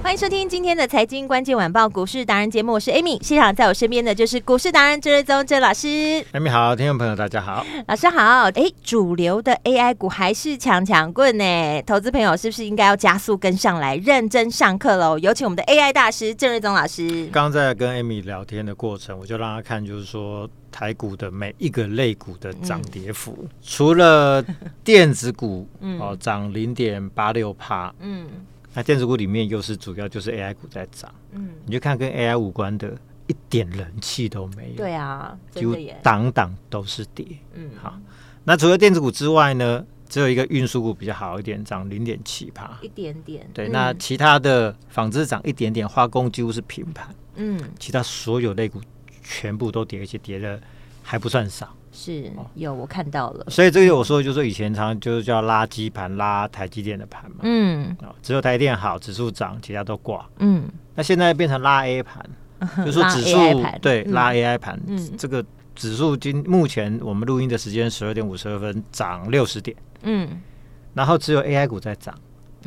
欢迎收听今天的财经关键晚报股市达人节目，我是 Amy，现场在我身边的就是股市达人周日宗周老师，艾米好，听众朋友大家好。老师好。哎，主流的 AI 股还是强强棍呢，投资朋友是不是应该要加速跟上来，认真上课喽？有请我们的 AI 大师郑瑞宗老师。刚刚在跟艾米聊天的过程，我就让他看，就是说台股的每一个类股的涨跌幅，除了电子股嗯哦涨零点八六趴，嗯那电子股里面又是主要就是 AI 股在涨，嗯，你就看跟 AI 无关的，一点人气都没有，对啊，几真乎的耶，档档都是跌。嗯，好，那除了电子股之外呢，只有一个运输股比较好一点，涨零点七趴。一点点。对，嗯那其他的纺织涨一点点，化工几乎是平盘，嗯其他所有类股全部都跌，而且跌的还不算少。是哦有我看到了，嗯所以这个我说的就是说以前常常就是叫垃圾盘，拉台积电的盘嘛。嗯啊，只有台积电好，指数涨，其他都挂。嗯，那现在变成拉 A 盘，就是说拉指 AI 数盘对嗯拉 AI 盘嗯，这个指数今目前我们录音的时间十二点五十二分，涨六十点，嗯，然后只有 AI 股在涨，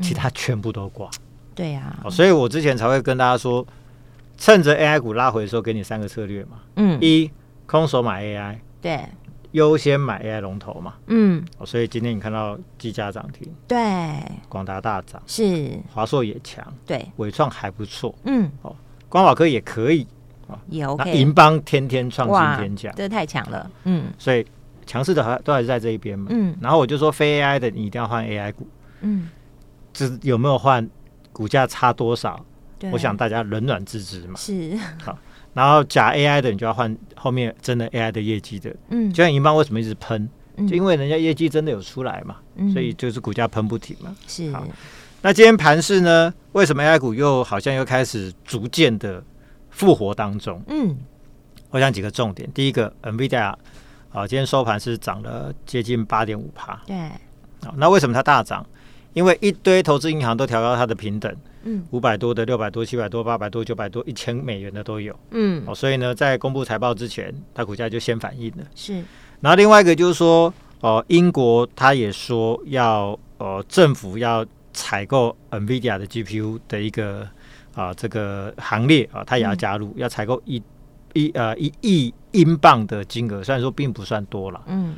其他全部都挂。对啊好，，哦所以我之前才会跟大家说，趁着 AI 股拉回的时候，给你三个策略嘛：嗯，一，空手买 AI，对，优先买 AI 龙头嘛。嗯哦所以今天你看到技嘉涨停，对，广达大涨，是，华硕也强，对，伟创还不错，嗯，光宝科也可以，也那 OK。银邦天天创哇，新天价，这太强了。嗯所以强势的还都还是在这一边嘛。嗯然后我就说非 AI 的你一定要换 AI 股，嗯，就是有没有换，股价差多少，对，我想大家冷暖自知嘛。是，然后假 AI 的你就要换后面真的 AI 的业绩的，嗯，就像银邦为什么一直喷，嗯就因为人家业绩真的有出来嘛，嗯所以就是股价喷不停嘛。是，好那今天盘市呢，为什么 AI 股又好像又开始逐渐的复活当中？嗯我想几个重点，第一个，NVIDIA 啊，今天收盘是涨了接近八点五帕。对，啊那为什么它大涨？因为一堆投资银行都调高它的平等，嗯五百多的、六百多、七百多、八百多、九百多、一千美元的都有。嗯哦，所以呢，在公布财报之前，它股价就先反应了。是，然后另外一个就是说，哦，英国它也说要，呃，政府要采购 NVIDIA 的 GPU 的一个啊、这个行列啊，它也要加入，要采购一一呃一亿英镑的金额，虽然说并不算多了，嗯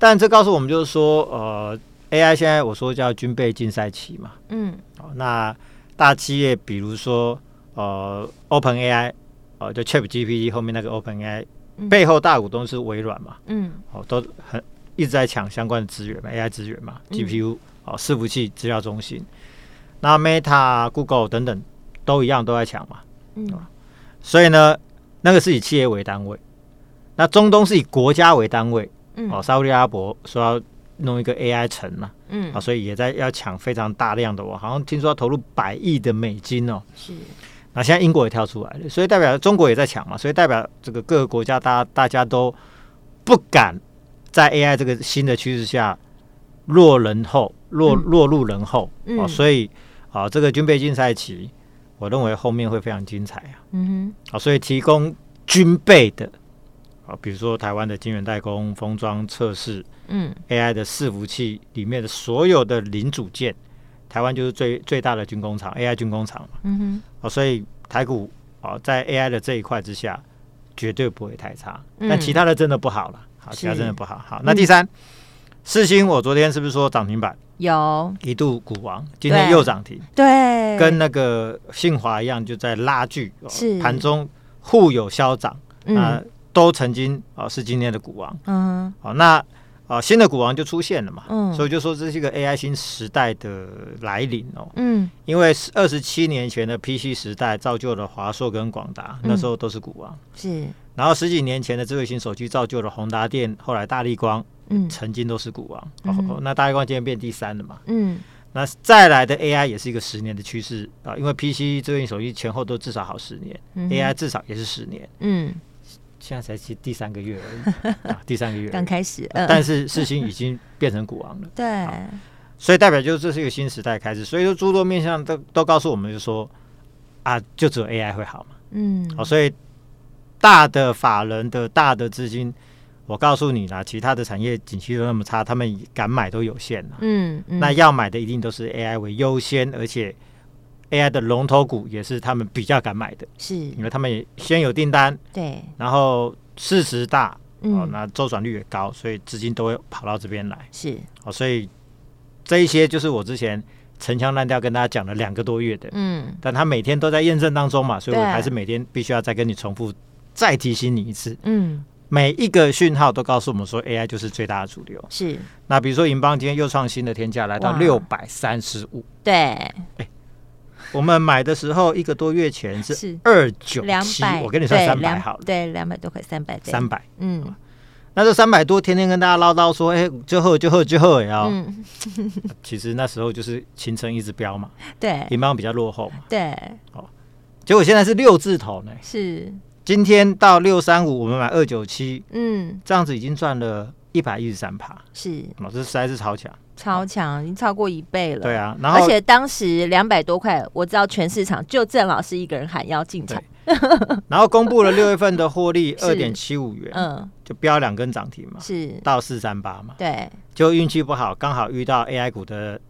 但这告诉我们就是说，呃，AI 现在我说叫军备竞赛期嘛，嗯哦，那大企业比如说呃 OpenAI，哦、就 ChatGPT 后面那个 OpenAI 嗯背后大股东是微软嘛，嗯哦，都很一直在抢相关的资源嘛，AI 资源嘛嗯，GPU 哦，伺服器资料中心，那 Meta、Google 等等都一样都在抢嘛，嗯所以呢，那个是以企业为单位，那中东是以国家为单位，嗯，哦，沙特阿拉伯说要弄一个 AI 城嘛，啊，嗯所以也在要抢非常大量的哦，好像听说要投入百亿的美金哦。是，那现在英国也跳出来了，所以代表中国也在抢嘛，所以代表这个各个国家大家大家都不敢在 AI 这个新的趋势下落人后，落嗯落入人后、嗯哦，所以啊，这个军备竞赛期，我认为后面会非常精彩啊，嗯啊，所以提供军备的啊，比如说台湾的晶圆代工、封装测试，哼嗯 AI 的伺服器里面的所有的零组件，台湾就是最最大的军工厂，AI 军工厂嘛，嗯哼哦，所以台股哦在 AI 的这一块之下，绝对不会太差。嗯但其他的真的不好了，好，是嗯其他真的不好。好，那第三，世新我昨天是不是说涨停板有一度股王，今天又涨停，对，跟那个信华一样，就在拉锯，哦是盘中互有消涨，啊、嗯都曾经哦是今天的股王。嗯好，那啊、新的股王就出现了嘛，嗯所以就说这是一个 AI 新时代的来临哦。嗯因为二十七年前的 PC 时代造就了华硕跟广达，嗯那时候都是股王。是然后十几年前的智慧型手机造就了宏达电，后来大力光嗯曾经都是股王。嗯哼哦，那大力光今天变第三了嘛？嗯那再来的 AI 也是一个十年的趋势啊，因为 PC 智慧型手机前后都至少好十年、嗯 a i 至少也是十年，嗯现在才是第三个月而 已，啊、第三个月而已刚开始，啊嗯但是世新已经变成股王了，对所以代表就是这是一个新时代开始。所以说诸多面向都都告诉我们，就说啊，就只有 AI 会好嘛。嗯好、所以大的法人的大的资金，我告诉你啦，其他的产业景气都那么差，他们敢买都有限啦。嗯嗯那要买的一定都是 AI 为优先，而且 AI 的龙头股也是他们比较敢买的，是因为他们也先有订单，对然后市值大，哦，嗯那周转率也高，所以资金都会跑到这边来。是哦，所以这一些就是我之前陈腔滥调跟大家讲了两个多月的，嗯但他每天都在验证当中嘛，所以我对还是每天必须要再跟你重复，再提醒你一次。嗯每一个讯号都告诉我们说 AI 就是最大的主流。是那比如说银邦今天又创新的天价，来到哇六百三十五。对我们买的时候一个多月前是是二九两七，百我跟你算对三百两好了，对两百多块三百三百。嗯那这三百多，天天跟大家唠叨说，哎、最后最后最后也要。嗯其实那时候就是形成一直飙嘛，对银邦比较落后嘛。对结果现在是六字头呢，是今天到六三五，我们买二九七，嗯这样子已经赚了一百一十三趴，是老师实在是超强。超强，已经超过一倍了。对。啊，然后而且当时两百多块，我知道全市场就郑老师一个人喊要进场对，然后公布了六月份的获利 是二点七五元，嗯，就飙两根涨停嘛，是，到四三八嘛，对，就运气不好，刚好遇到 AI 股的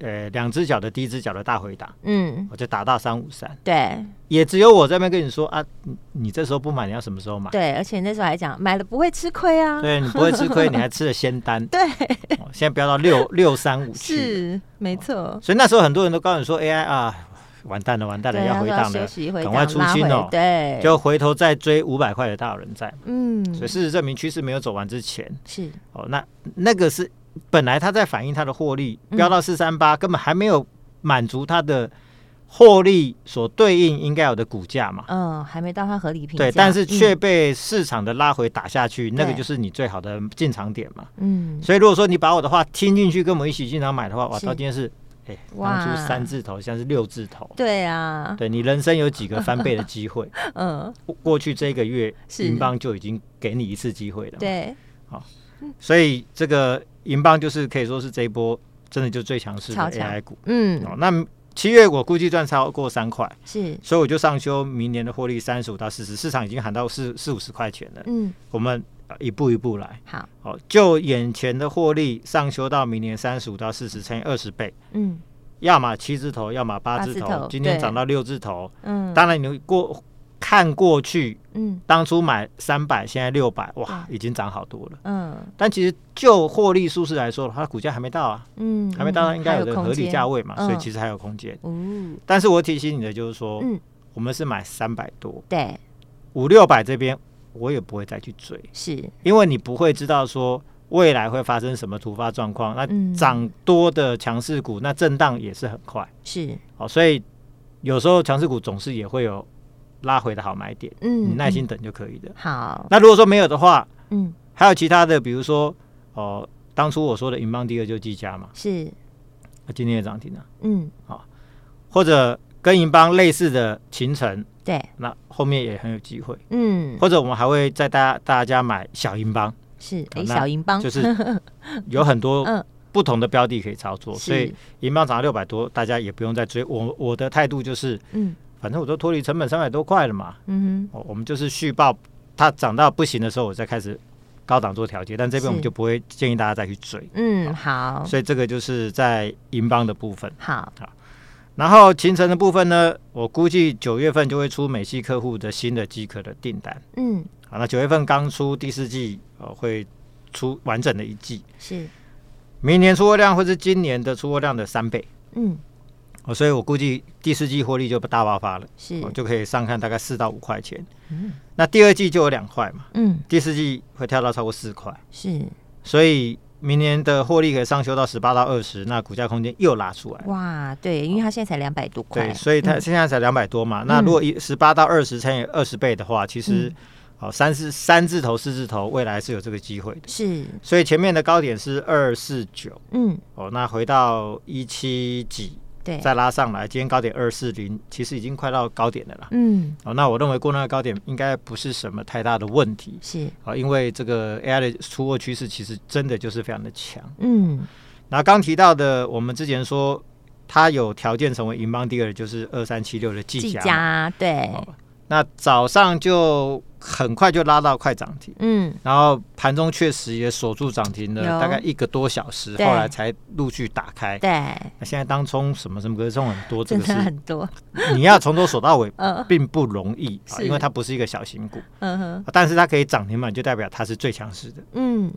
呃两只脚的第一只脚的大回档，嗯，我就打到三五三，对也只有我在那边跟你说啊，你你这时候不买，你要什么时候买？对，而且那时候还讲买了不会吃亏啊，对你不会吃亏，你还吃了仙丹， 对，哦现在飙到六六三五去，是没哦错，所以那时候很多人都告诉你说 AI 啊，完蛋了，完蛋了，对，要他回说档休了，息回档，赶快出拉清回哦对，就回头再追五百块的大有人在。嗯，所以事实证明，趋势没有走完之前，是哦，那那个是本来它在反映它的获利嗯飙到四三八，根本还没有满足它的获利所对应应该有的股价嘛。嗯，还没到它合理评价，对，但是却嗯被市场的拉回打下去，那个对就是你最好的进场点嘛。嗯所以如果说你把我的话听进去，跟我们一起进场买的话，哇，是到今天是，哎、哇当初三字头，现在是六字头，对啊，对你人生有几个翻倍的机 会？嗯，过过去这个月，是银邦就已经给你一次机会了。，对，所以这个银邦就是可以说是这一波真的就最强势的超强 AI 股。嗯哦，那七月我估计赚超过三块，是，所以我就上修明年的获利三十五到四十，市场已经喊到四四五十块钱了。嗯，我们呃一步一步来，好，哦，就眼前的获利上修到明年三十五到四十乘以二十倍，嗯要么七字头，要么八字八头，字头今天对涨到六字头。嗯，当然你过看过去，嗯当初买三百，现在六百，哇，对已经涨好多了。嗯但其实就获利数式来说的话，它股价还没到啊，嗯，还没到它应该有还个空合理间嗯价位嘛，所以其实实还有空间。哦，但是我提醒你的就是说，嗯我们是买三百多，对，五六百这边我也不会再去追，是，因为你不会知道说未来会发生什么突发状况。嗯那涨多的强势股，那震荡也是很快，是，好、所以有时候强势股总是也会有拉回的好买点，嗯，你耐心嗯等就可以了。好，那如果说没有的话，嗯，还有其他的，比如说哦、当初我说的银邦第二就技嘉嘛，是，那今天也涨停了，嗯，或者跟银邦类似的秦城，对，那后面也很有机会，嗯，或者我们还会再大大家买小银邦，是，好哎，那小银帮就是有很多 嗯不同的标的可以操作，是所以银邦涨到六百多，大家也不用再追。我我的态度就是，嗯反正我都脱离成本三百多块了嘛，嗯哦我们就是续报，它涨到不行的时候，我再开始高档做调节，但这是边我们就不会建议大家再去追。哼，嗯，好，所以这个就是在银邦的部分，好，然后秦城的部分呢，我估计九月份就会出美系客户的新的机壳的订单。嗯，好，那九月份刚出第四季，呃，会出完整的一季，是，明年出货量会是今年的出货量的三倍，嗯，哦，所以我估计第四季获利就大爆发了，是哦，，就可以上看大概四到五块钱。那第二季就有两块嘛，嗯，第四季会跳到超过四块，是，所以明年的获利可以上修到十八到二十，那股价空间又拉出来。哇，对，因为它现在才两百多块，对，所以嗯它现在才两百多嘛。那如果一十八到二十乘以二十倍的话，其实哦三四三字头、四字头，未来是有这个机会的。是，所以前面的高点是二四九嗯，哦，那回到一七几，对，再拉上来，今天高点二四零，其实已经快到高点了啦。嗯，哦，那我认为过那个高点应该不是什么太大的问题是，啊、哦因为这个 AI 的出货趋势其实真的就是非常的强。嗯，那刚提到的，我们之前说它有条件成为银邦第二，就是二三七六的技技嘉。嘉，对，哦那早上就很快就拉到快涨停，嗯，然后盘中确实也锁住涨停了，有大概一个多小时，对后来才陆续打开。对，那现在当冲什么什么歌冲很多，这真个的是很多，，你要从头锁到尾 嗯并不容易啊，是因为它不是一个小型股，嗯哼，但是它可以涨停板，就代表它是最强势的。嗯，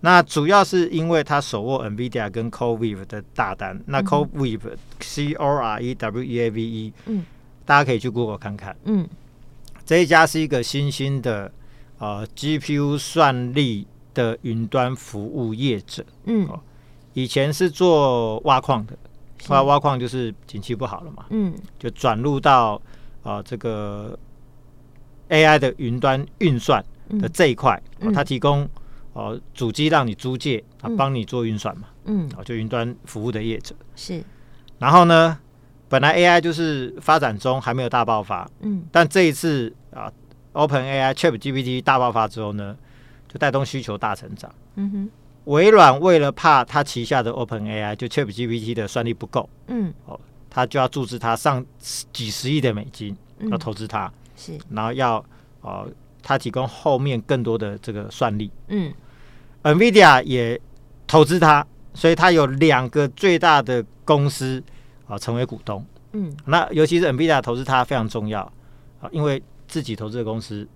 那主要是因为它手握 NVIDIA 跟 CoreWeave 的大单，那嗯 CoreWeave C O R E W E A V E，嗯，大家可以去 Google 看看。嗯，这一家是一个新兴的呃 GPU 算力的云端服务业者，嗯哦，以前是做挖矿的，是后来挖矿就是景气不好了嘛，嗯，就转入到呃这个 AI 的云端运算的这一块、哦嗯它提供呃主机让你租借，啊嗯帮你做运算嘛，嗯，哦就云端服务的业者。是，然后呢，本来 AI 就是发展中还没有大爆发，嗯，但这一次啊，OpenAI ChatGPT 大爆发之后呢，就带动需求大成长。嗯哼，微软为了怕它旗下的 OpenAI 就 ChatGPT 的算力不够，嗯，它就要注资它上几十亿的美金，嗯，要投资它，是，然后要呃，它提供后面更多的这个算力。嗯， NVIDIA 也投资它，所以它有两个最大的公司啊、成为股东。嗯，那尤其是 NVIDIA 投资它非常重要啊，因为自己投资的公司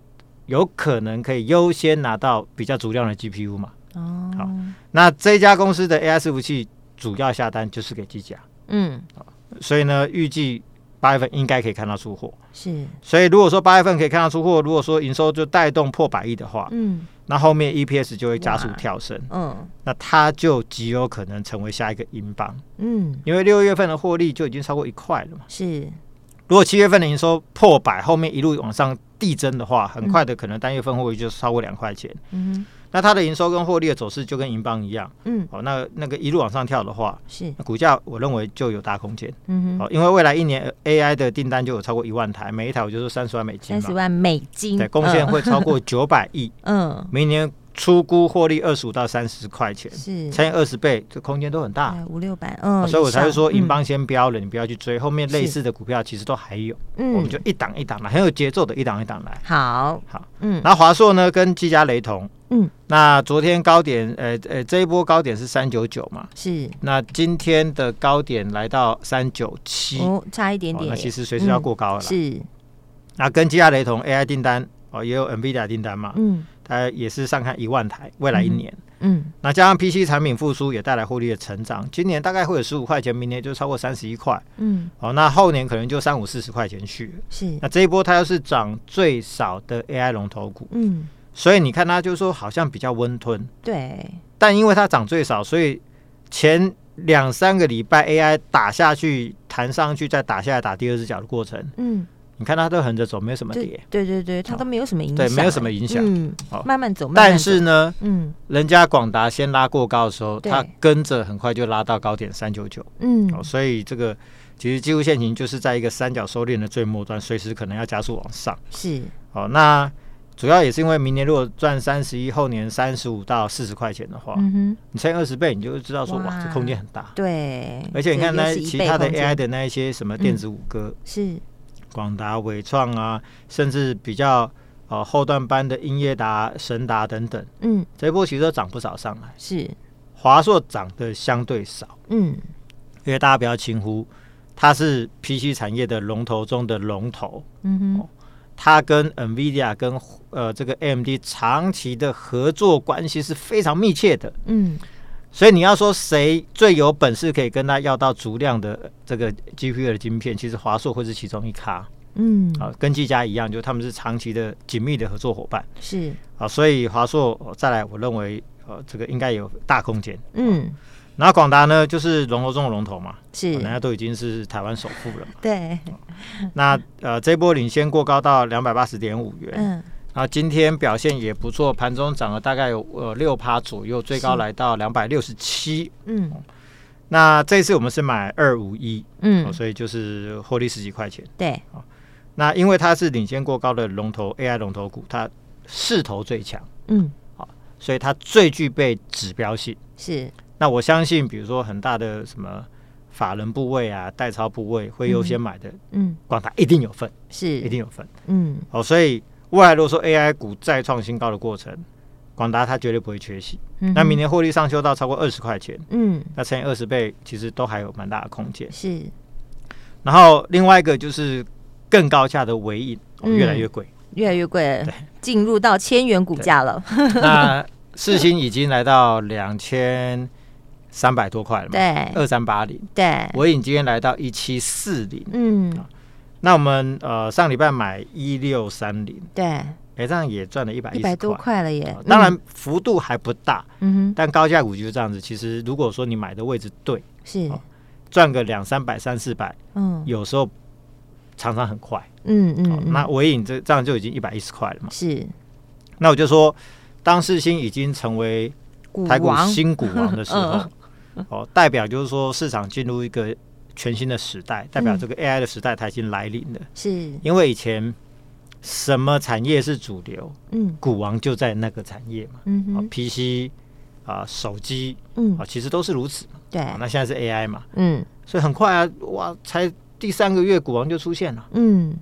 有可能可以优先拿到比较足量的 GPU 嘛。哦，好那这家公司的 AI 伺服器主要下单就是给技嘉，嗯，所以呢，预计八月份应该可以看到出货。是，所以如果说八月份可以看到出货，如果说营收就带动破百亿的话，嗯，那后面 EPS 就会加速哇跳升，嗯，那它就极有可能成为下一个银棒，嗯，因为六月份的获利就已经超过一块了嘛。是，如果七月份的营收破百，后面一路往上递增的话，很快的可能单月份获利就超过两块钱。嗯哼，那它的营收跟获利的走势就跟银邦一样，嗯，哦，那那个一路往上跳的话，是，那股价我认为就有大空间。嗯哼，哦，因为未来一年呃 AI 的订单就有超过一万台，每一台我就是三十万美金三嘛十，万美金，对，贡嗯献会超过九百亿，嗯，明年初估获利二十五到三十块钱，是，乘以二十倍，这空间都很大。哎五六百，嗯，啊所以我才会说以上银，邦先标了，你不要去追，后面类似的股票其实都还有，嗯我们就一档一档来，很有节奏的一档一档来嗯。好，好，嗯，然后华硕呢跟技嘉雷同，嗯，那昨天高点，呃呃，这一波高点是三九九嘛，是，那今天的高点来到三九七，哦，差一点哦点，嗯那其实随时要过高了啦。是，那跟技嘉雷同，AI 订单哦也有 NVIDIA 订单嘛，嗯它也是上看一万台，未来一年。嗯，那加上 PC 产品复苏也带来获利的成长，今年大概会有十五块钱，明年就超过三十一块，嗯，哦，那后年可能就三五四十块钱去了。是，那这一波它又是涨最少的 AI 龙头股，嗯，所以你看它就是说好像比较温吞，对，但因为它涨最少，所以前两三个礼拜 AI 打下去、弹上去、再打下来、打第二只脚的过程，嗯，你看它都横着走，没有什么对跌。对对对，它都没有什么影响，对没有什么影响嗯好，慢慢走，慢慢但是走，呢，嗯人家广达先拉过高的时候，对它跟着很快就拉到高点三九九，嗯，哦，所以这个其实技术线型就是在一个三角收敛的最末端，随时可能要加速往上。是，哦，那主要也是因为明年如果赚三十一，后年三十五到四十块钱的话，嗯哼，你乘以二十倍，你就知道说哇，哇这空间很大。对，而且你看这又呢，是一其倍他的空间嗯 AI 的那一些什么电子五哥、是，广达、伟创啊，甚至比较呃后段班的英业达、神达等等，嗯这一波其实都涨不少上来。是，华硕涨得相对少，嗯因为大家不要轻忽，它是 PC 产业的龙头中的龙头，嗯哼，它跟 NVIDIA 跟呃这个 AMD 长期的合作关系是非常密切的，嗯所以你要说谁最有本事可以跟它要到足量的呃这个 GPU 的晶片，其实华硕会是其中一咖嗯啊，跟技嘉一样，就他们是长期的紧密的合作伙伴是，啊，所以华硕、哦再来，我认为呃，这个应该有大空间。嗯，然后广达呢，就是龙头中的龙头嘛，是人，家都已经是台湾首富了嘛。对，那呃，这波领先过高到两百八十点五元，嗯，然后今天表现也不错，盘中涨了大概有呃六趴左右，最高是来到两百六十七。嗯，那这次我们是买二五一，哦嗯，所以就是获利十几块钱。对，那因为它是领先过高的龙头 AI 龙头股，它势头最强，嗯，所以它最具备指标性。是，那我相信，比如说很大的什么法人部位啊、代操部位会优先买的，嗯，广达一定有份，一是，定有份。嗯，哦，所以未来如果说 AI 股再创新高的过程，广达它绝对不会缺席。嗯那明哼，年获利上修到超过二十块钱，嗯，那乘以二十倍，其实都还有蛮大的空间。是，然后另外一个就是更高价的尾影、哦、嗯越来越 贵，越来越贵了对，进入到千元股价了，那世新已经来到两千三百多块了嘛，对，二三八零，对，尾影今天来到一七四零。啊嗯，那我们呃上礼拜买一六三零，对，哎，这样也赚了一百一百多。块了耶哦，当然幅度还不大，嗯，嗯但高价股就是这样子。其实如果说你买的位置对，哼，是，哦赚个两三百、三四百，嗯，有时候常常很快。嗯嗯哦嗯，那尾影这这样就已经一百一十块了嘛。是那我就说，当世新已经成为股台股王，新股王的时候 嗯，哦，代表就是说市场进入一个全新的时嗯代，代表这个 AI 的时代它已经来临了。是，因为以前什么产业是主流，嗯股王就在那个产业嘛，嗯啊哼， ，PC 啊、手机啊、嗯，哎其实都是如此嘛、啊对，那现在是 AI 嘛，嗯所以很快啊，哇，才第三个月股王就出现了。嗯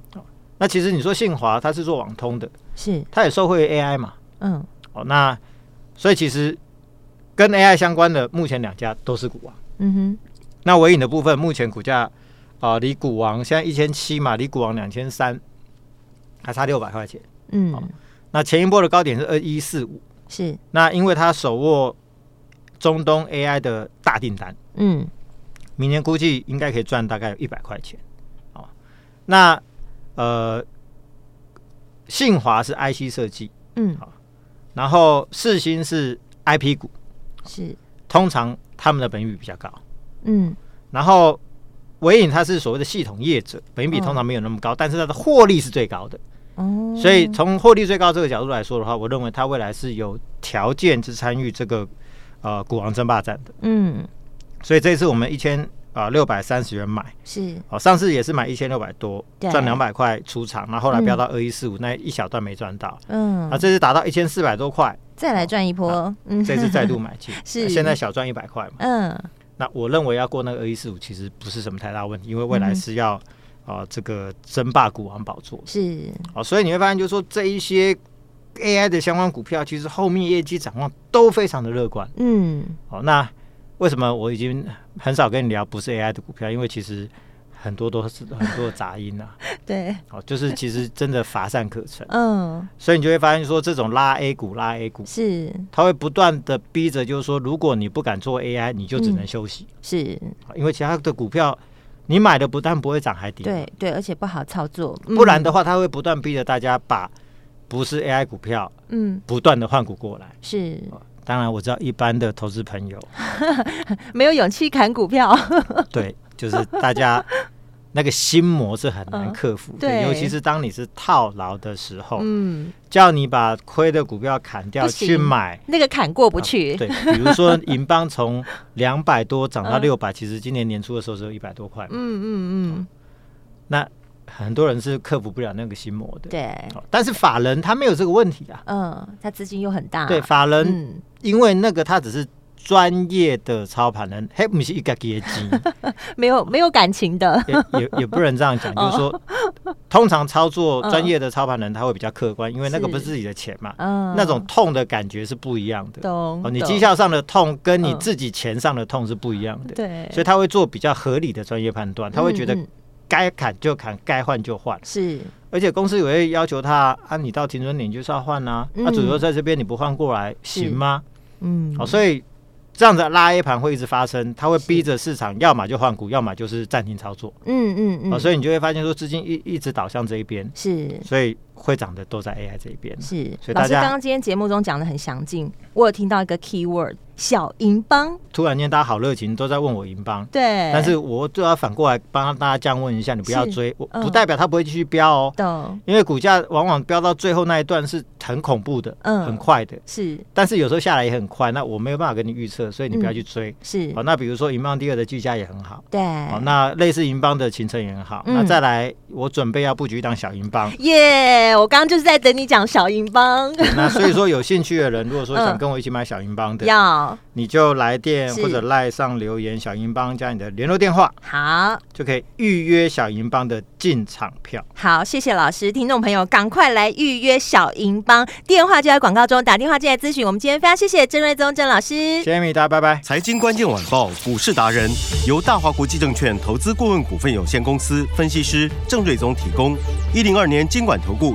那其实你说信华它是做网通的，是，它也受惠于 AI 嘛，嗯哦，那所以其实跟 AI 相关的，目前两家都是股王。嗯哼，那微影的部分，目前股价啊离股王现在一千七嘛，离股王两千三，还差六百块钱。嗯那前一波的高点是二一四五，是，那因为它手握中东 AI 的大订单，嗯明年估计应该可以赚大概有一百块钱。哦，那呃，信华是 IC 设计，嗯然后世新是 IP 股，是，通常他们的本益比比较高。嗯然后伟影它是所谓的系统业者，本益比嗯通常没有那么高，但是它的获利是最高的。哦，所以从获利最高这个角度来说的话，我认为它未来是有条件去参与这个呃股王争霸战的。嗯所以这次我们一千啊六百三十元买，是，哦，上次也是买一千六百多，对赚两百块出场，那后来飙到二一四五，那一小段没赚到。嗯啊，，这啊次达到一千四百多块，再来赚一波，嗯，这次再度买进 是啊现在小赚一百块嘛。嗯那我认为要过那个二一四五其实不是什么太大问题，因为未来是要啊、这个争霸股王宝座。是，哦，所以你会发现，就是说这一些 AI 的相关股票，其实后面业绩展望都非常的乐观。嗯哦，那为什么我已经很少跟你聊不是 AI 的股票？因为其实很多都是很多的杂音啊， 对，哦，就是其实真的乏善可陈。嗯所以你就会发现说，这种拉 A 股、拉 A 股，是它会不断的逼着，就是说，如果你不敢做 AI，你就只能休息，是，哦因为其他的股票你买的不但不会涨，还跌。对嗯对，而且不好操作，嗯不然的话，它会不断逼着大家把不是 AI 股票嗯，嗯不断的换股过来。是当然，我知道一般的投资 朋友，没有勇气砍股票，哦对，就是大家那个心魔是很难克服的，嗯对尤其是当你是套牢的时候， 嗯，叫你把亏的股票砍掉不行去买。啊那个砍过不去，哦对，比 如说银邦从两百多涨到嗯六百、其实今年年初的时候只有一百多块嘛，嗯哦嗯那很多人是克服不了那个心魔嗯，的。对，好，但是法人他没有这个问题啊。嗯，他资金又很大，对，法人嗯，因为那个他只是专业的操盘人，嘿，不是一个业绩，没有没有感情的， 也也也不能这样哦讲，就是说，通常操作专业的操盘人他会比较客观，因为那个嗯是不是自己的钱嘛，嗯，那种痛的感觉是不一样的。懂，哦，你懂绩效上的痛跟你嗯自己钱上的痛是不一样的，对，所以他会做比较合理的专业判断，他会觉得嗯嗯该砍就砍，该换就换，是，而且公司也会要求他啊，你到停损点就是要换啊，那嗯主流在这边你不换过来行吗？嗯，哦，所以这样的拉 A 盘会一直发生，它会逼着市场要么就换股，要么就是暂停操作嗯嗯啊、嗯，所以你就会发现说资金一一直导向这一边，是所以会涨的都在 AI 这一边。是所以老大师家刚刚今天节目中讲的很详尽，我有听到一个 key word 小银帮，突然间大家好热情，都在问我银邦。对，但是我就要反过来帮大家这样问一下，你不要是追，我嗯不代表它不会继续飙哦，懂因为股价往往飙到最后那一段是很恐怖的，嗯很快的，是但是有时候下来也很快，那我没有办法跟你预测，所以你不要嗯去追。是好，，那比如说银邦第二的技嘉也很好，对，好，那类似银邦的秦城也很好。那嗯。再来，我准备要布局一档小银邦 嗯耶我刚刚就是在等你讲小银帮，那所以说，有兴趣的人，如果说想嗯跟我一起买小银邦的，要你就来电是或者赖上留言小银邦加你的联络电话，好。就可以预约小银邦的进场票。好，谢谢老师，听众朋友，赶快来预约小银帮，电话就在广告中，打电话进来咨询。我们今天非常谢谢郑瑞宗郑老师，谢谢米达，拜拜。财经关键晚报股市达人由大华国际证券投资顾问股份有限公司分析师郑瑞宗提供。一零二年经管投顾